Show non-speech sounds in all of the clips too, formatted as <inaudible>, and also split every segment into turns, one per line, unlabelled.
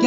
ギ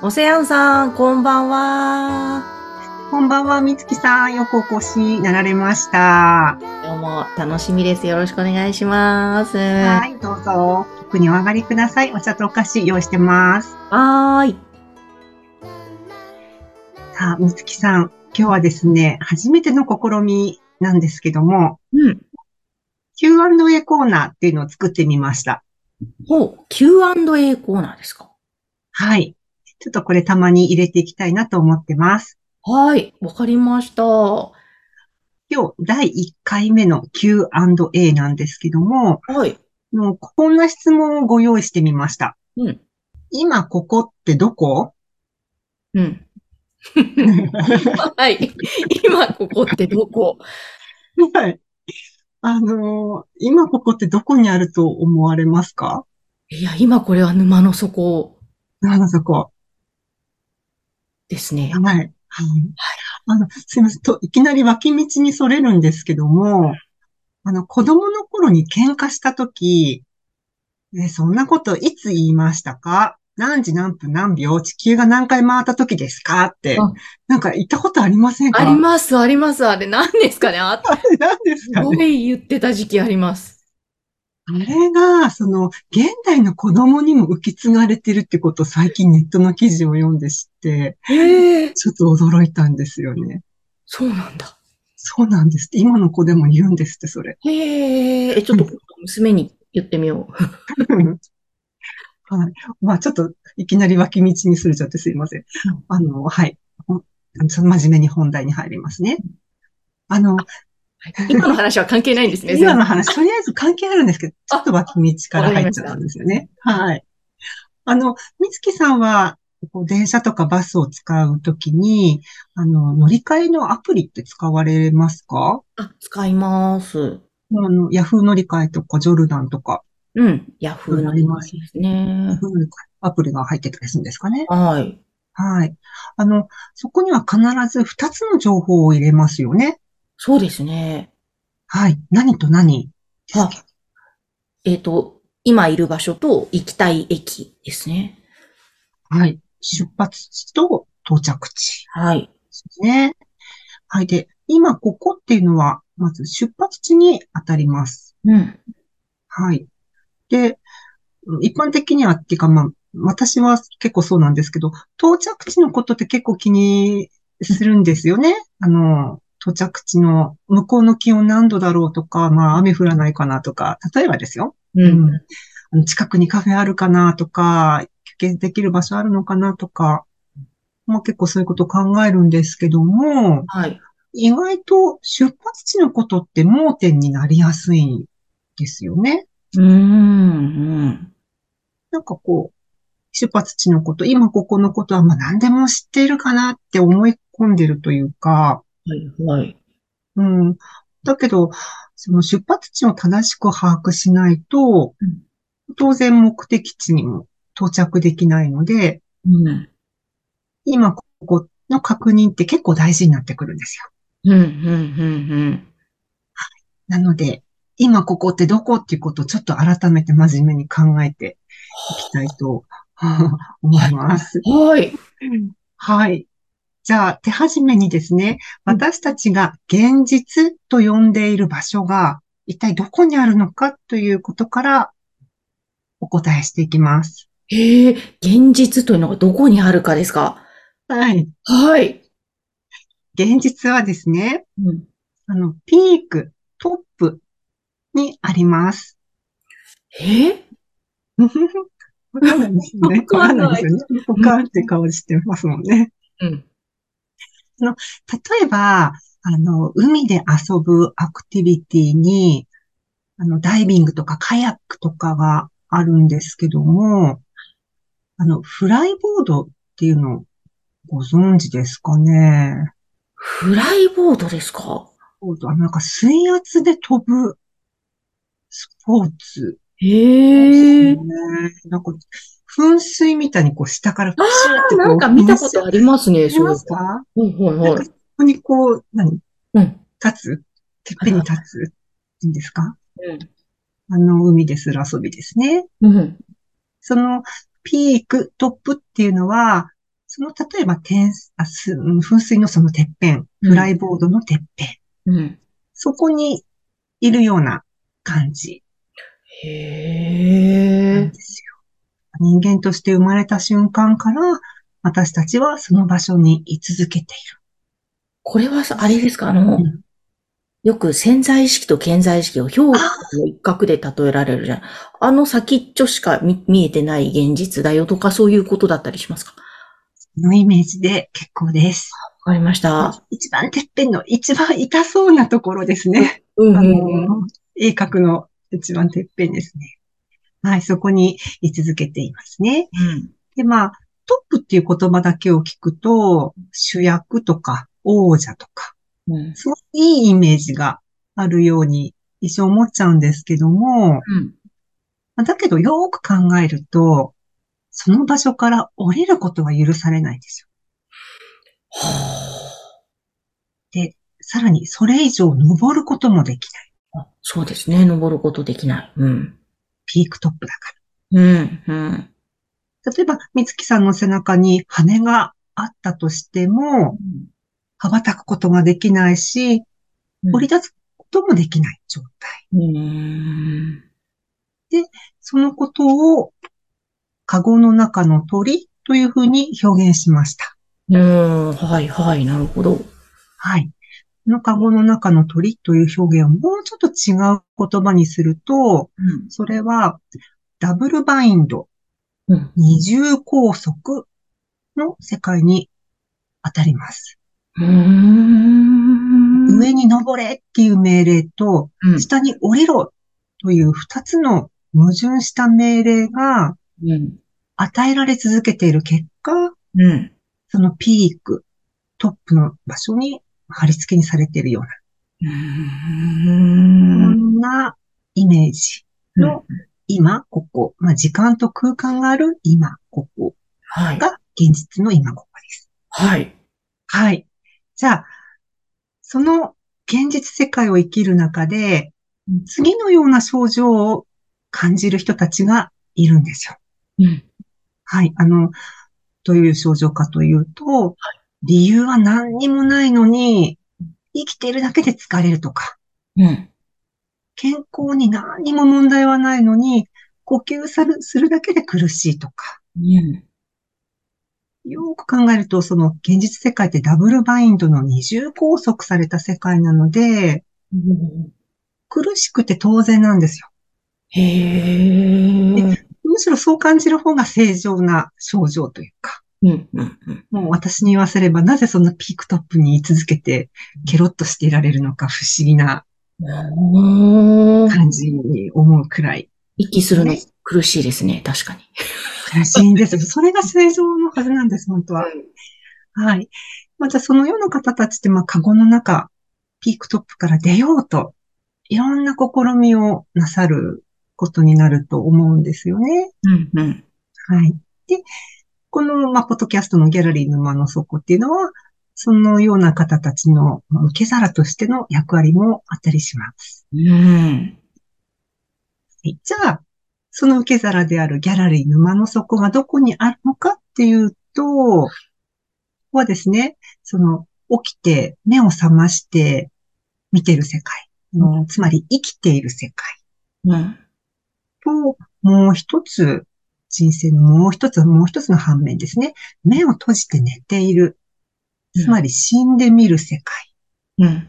オセアンさん、こんばんは。
こんばんは、みつきさん。よくお越しになられました。
今日も楽しみです。よろしくお願いします。
は、
はい
どうぞ。奥にお上がりください。お茶とお菓子用意してます。
ーい。
さあ、みつきさん。今日はですね、初めての試みなんですけども、
うん。
Q&A コーナーっていうのを作ってみました。
ほう、Q&A コーナーですか。
はい。ちょっとこれたまに入れていきたいなと思ってます。
はい、わかりました。は
今日、第1回目の Q&A なんですけども、
い。
もうこんな質問をご用意してみました。
うん。
今ここってどこ
<laughs> うん。はい。今ここってどこ
はい。あのー今ここってどこにあると思われますか
いや、今これは沼の底
なんだそこ。
ですね
はい。。はい。あの、すいません。と、いきなり脇道にそれるんですけども、あの、子供の頃に喧嘩したとき、ね、そんなこといつ言いましたか何時何分何秒地球が何回回ったときですかって
あ、
なんか言ったことありませんか
あります、あります。あれ何ですかねあ
あれ <laughs> 何です
す
か
ご
ね
い言ってた時期あります。
<laughs> あれが、その、現代の子供にも受け継がれてるってことを最近ネットの記事を読んで知って、
へえ。
ちょっと驚いたんですよね。
そうなんだ。
そうなんですって。今の子でも言うんですって、それ。 <laughs>
へえ。え、ちょっと娘に言って
<laughs>
みよう。
はい。まあ、ちょっと、いきなり脇道にすれちゃってすいません
ん。
あの、はい。ほんその真面目に本題に入りますね。あの、
今の話は関係ないんですね。
今の話、とりあえず関係あるんですけど、ち
あ
ょっと脇道から入っちゃったんですよね。はい。あの、みつきさんは、こう電車とかバスを使うときに、あの、乗り換えのアプリって使われますか
あ、使います。
あの、ヤフー乗り換えとか、ジョルダンとか、
うん。ヤフーのです
ヤ
ね
フ。ー乗り換えアプリが入ってたりするんですかね。
はい。
はい。あの、そこには必ず2つの情報を入れますよね。
そうですね。
はい。何と何です
あ
か
えっと、今いる場所と行きたい駅ですね。
はい。出発地と到着地
はい。
ですね。はい。で、今ここっていうのは、まず出発地に当たります。
うん。
はい。で、一般的には、っていうか、まあ、私は結構そうなんですけど、到着地のことって結構気にするんですよね。あの、到着地の向こうの気温何度だろうとか、まあ雨降らないかなとか、例えばですよ。
う
うん
ん。
あの近くにカフェあるかなとか、休憩できる場所あるのかなとか、まあ結構そういうこと考えるんですけども、
はい。
意外と出発地のことって盲点になりやすいんですよね。
うーん。
なんかこう、出発地のこと、今ここのことはまあ何でも知っているかなって思い込んでるというか、
はい。はい。
うん。だけど、その出発地を正しく把握しないと
うん、
当然目的地にも到着できないので、
うん。
今ここの確認って結構大事になってくるんですよ。
うん。うん。うん。
なので、今ここってどこっていうことをちょっと改めて真面目に考えていきたいと思います。
うん。はい。
はい。じゃあ、手始めにですね、
うん
私たちが現実と呼んでいる場所が一体どこにあるのかということからお答えしていきます。
へえ、現実というのがどこにあるかですか
はい。
はい。
現実はですね、
うん。
あの、ピーク、トップにあります。
えー
わかんないですよね。
わかんない
わですよね。ポカンって顔してますもんね。
うん。
例えば、あの、海で遊ぶアクティビティに、あの、ダイビングとかカヤックとかがあるんですけども、あの、フライボードっていうのをご存知ですかね。
フライボードですか
ボードはなんか水圧で飛ぶスポーツ
へ
で
え
す。ね。なんか、噴水みたいにこう下からプシュってこう。
なんか見たことありますね、
あり
そうい
ま
う
すかこ
の。はいはいはい。
こにこう、何
うん。
立つてっぺんに立ついいんですかあの、海でする遊びですね。
うん。うん。
そのピーク、トップっていうのは、その例えば天あすうん噴水のそのてっぺん、フライボードのてっぺん、
うん。
そこにいるような感じ
へ
なん
え。
ですよ。人間として生まれた瞬間から、私たちはその場所に居続けてい
これはさ、あれですかあの
うん、
よく潜在意識と顕在意識を表裏の一角で例えられるじゃん。あの先っちょしか見見えてない現実だよとかそういうことだったりしますか
るのイメージで結構です。
わかりました。
一番てっぺんの一番痛そうなところですね。
うん
あ
うんうん。
の、鋭角の一番てっぺんですね。はい、そこに居続けていますね。で、まあ、トップっていう言葉だけを聞くと、主役とか王者とか、
うん。
すごくいいイメージがあるように一生思っちゃうんですけども、
うん。
まあだけどよく考えると、その場所から降りることは許されないんですよ。
は
さらに、それ以上登ることもできない。
あ。そうですね。登ることできない。うん。
ピークトップだから。
うん。うん。
例えば、美月さんの背中に羽があったとしても、羽ばたくことができないし、
うん
降り立つこともできない状態。
うん。
そのことを、カゴの中の鳥というふうに表現しました。
うん。はいはい。なるほど。
はい。このカゴの中の鳥という表現をもうちょっと違う言葉にすると、
うん。
それは、ダブルバインド、
うん。
二重拘束の世界に当たります。
うーん。
上に登れっていう命令と、
うん
下に降りろという二つの矛盾した命令が
うん。
与えられ続けている結果、
うん。
そのピーク、トップの場所に貼り付けにされているような、
う
こ
ん。
んなイメージの今、ここ、まあ、時間と空間がある今、ここ
はい。
が現実の今、ここです。
はい。
はい。じゃあ、その現実世界を生きる中で、次のような症状を感じる人たちがいるんですよ。
うん。
はい。あの、どういう症状かというと、理由は何にもないのに、生きているだけで疲れるとか、
うん。
健康に何にも問題はないのに、呼吸するするだけで苦しいとか、
うん。
よく考えると、その現実世界ってダブルバインドの二重拘束された世界なので、苦しくて当然なんですよ。
へえ。
むしろそう感じる方が正常な症状というか、
うん。うん。うん。
もう私に言わせればなぜそんなピークトップに居続けて、ケロッとしていられるのか不思議な
おー
感じに思うくらい
息するの苦しいですね。確かに。
苦しいんです。それが正常のはずなんです、本当は。はい。またそのような方たちって、まあ、カゴの中、ピークトップから出ようと、いろんな試みをなさることになると思うんですよね。
うん。うん。
はい。で、この、まあ、ポッドキャストのギャラリー沼の底っていうのは、そのような方たちのまあ受け皿としての役割もあったりします。
うん。
はいじゃあ、その受け皿であるギャラリー沼の底がどこにあるのかっていうと、ここはですね、その、起きて、目を覚まして、見てる世界。あのつまり、生きている世界
うん。
と、もう一つ、人生のもう一つ、もう一つの反面ですね。目を閉じて寝ている。つまり死んで見る世界。
うん。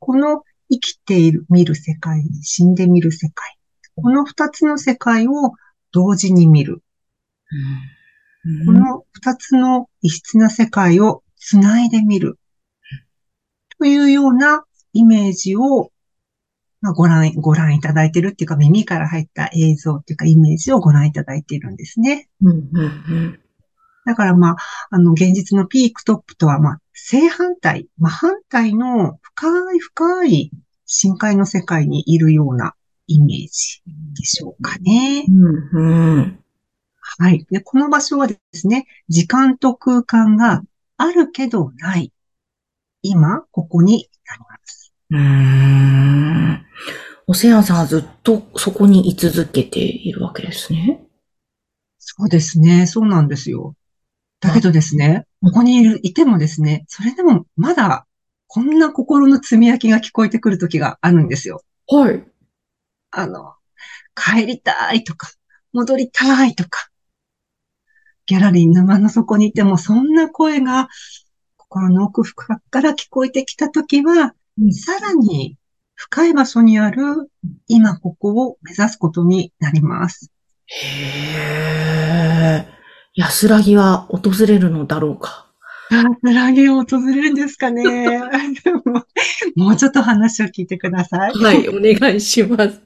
この生きている、見る世界、死んで見る世界。この二つの世界を同時に見る。こ
うん。
の二つの異質な世界をつないで見る。というようなイメージをまあ、ご覧、ご覧いただいてるっていうか、耳から入った映像っていうか、イメージをご覧いただいているんですね。
うんうんうん。
だからまあ、あの、現実のピークトップとは、まあ、正反対、真反対の深い深い深海の世界にいるようなイメージでしょうかね。
うんうん。
はい。で、この場所はですね、時間と空間があるけどない。今、ここになります。
うーん。オセアンさんはずっとそこに居続けているわけですね。
そうですね。そうなんですよ。だけどですね、
うん
ここにいる、いてもですね、それでもまだ、こんな心のつみやきが聞こえてくる時があるんですよ。
はい。
あの、帰りたいとか、戻りたいとか、ギャラリー沼の底にいてもそんな声が心の奥深くから聞こえてきたときは、
うん
さらに深い場所にある今ここを目指すことになります。
へえ。安らぎは訪れるのだろうか。
安らぎを訪れるんです <laughs> かねもうちょっと話を聞いてください。
はい、お願いします。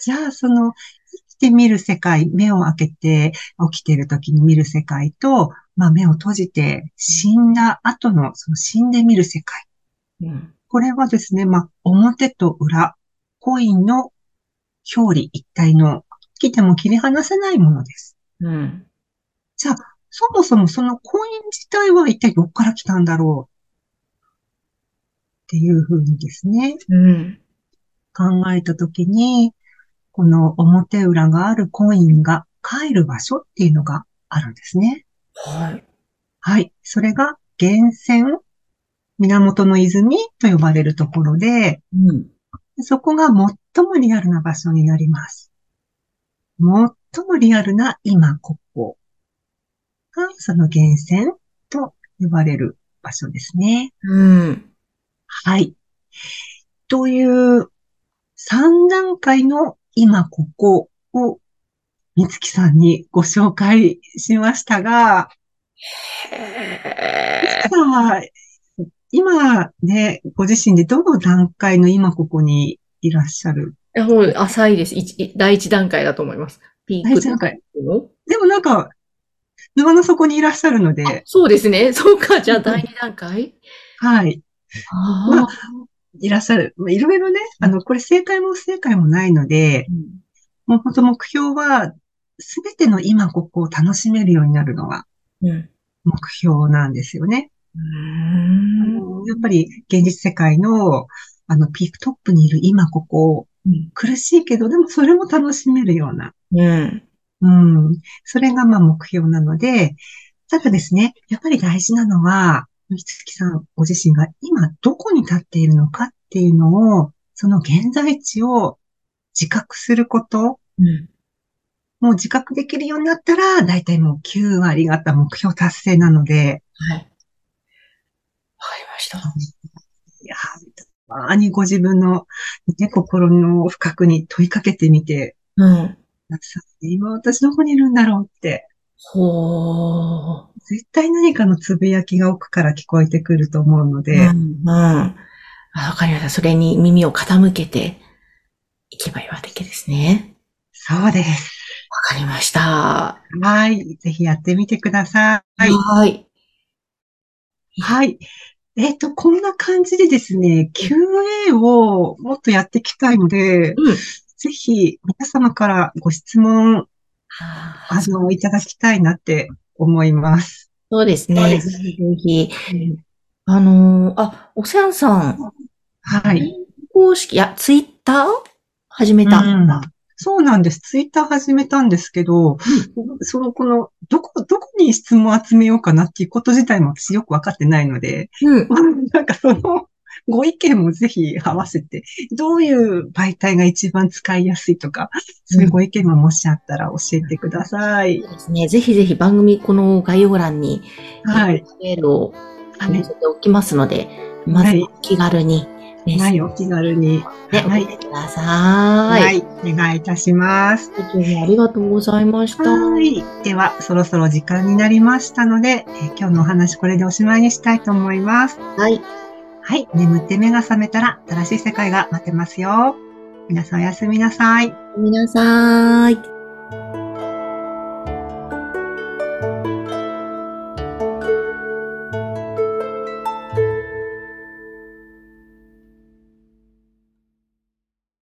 じゃあ、その、生きて見る世界、目を開けて起きてる時に見る世界と、まあ目を閉じて死んだ後の、その死んで見る世界。
うん。
これはですね、まあ表と裏、コインの表裏一体の、生きても切り離せないものです。
うん。
そもそもそのコイン自体は一体どこから来たんだろうっていうふうにですね、
うん。
考えたときに、この表裏があるコインが帰る場所っていうのがあるんですね。
はい。
はい。それが源泉、源の泉と呼ばれるところで、
うん。
そこが最もリアルな場所になります。最もリアルな今ここがその源泉と呼ばれる場所ですね。
うん。
はい。という、3段階の今ここを、みつきさんにご紹介しましたが、
へ
みつきさんは、今ね、ご自身でどの段階の今ここにいらっしゃる
え。もう浅いです。一一第一段階だと思います。ピー
第
ク
一段階。
の
でもなんか、沼の底にいらっしゃるので、
そうですね。そうか。じゃあ第二段階
はい、
ああ。
いらっしゃる。まあいろいろね、あの、これ正解も不正解もないので、もう本当目標は、すべての今ここを楽しめるようになるのが
うん。
目標なんですよね。あ
うん。
のやっぱり現実世界のあのピークトップにいる今ここ、
うん
苦しいけど、でもそれも楽しめるような、
うん。
うん、それがまあ目標なので、ただですね、やっぱり大事なのは、三月さんご自身が今どこに立っているのかっていうのを、その現在地を自覚すること、
うん。
もう自覚できるようになったら、だいたいもう9割方目標達成なので、
はい。わかりました。
いやー、たまにご自分の、ね、心の深くに問いかけてみて、
うん。
なさい今私どこにいるんだろうって、
ほー。
絶対何かのつぶやきが奥から聞こえてくると思うので、
うん、うん。あわかりました。それに耳を傾けていけばいいわけですね。
そうです。
わかりました。
はい。ぜひやってみてください。
はーい。
はい。えっ、と、こんな感じでですね、QA をもっとやっていきたいので、
うん
ぜひ皆様からご質問、
あ
あの、いただきたいなって思います。
そうです
そう
ね。
で
ぜひ。あのーあ、おせんさん、
はい。
公式、いや、ツイッター始めた。
うんそうなんです。ツイッター始めたんですけど、その、この、どこ、どこに質問を集めようかなっていうこと自体も私よくわかってないので、
うん。
なんかその、ご意見もぜひ合わせて、どういう媒体が一番使いやすいとか、そういうご意見ももしあったら教えてください
そ。うですね。ぜひぜひ番組この概要欄に、
はい。
メールを
はい
載せておきますので、まず
はい
お気軽にメッセ
は
ージ
い、お気軽に。
で
は
送
い
ってください。
はい、お願いいたします。
ご興味ありがとうございました。
はい。では、そろそろ時間になりましたので、えー今日のお話これでおしまいにしたいと思います。
はい。
はい。眠って目が覚めたら新しい世界が待ってますよ。皆さんおやすみなさい。
ごめんなさーい。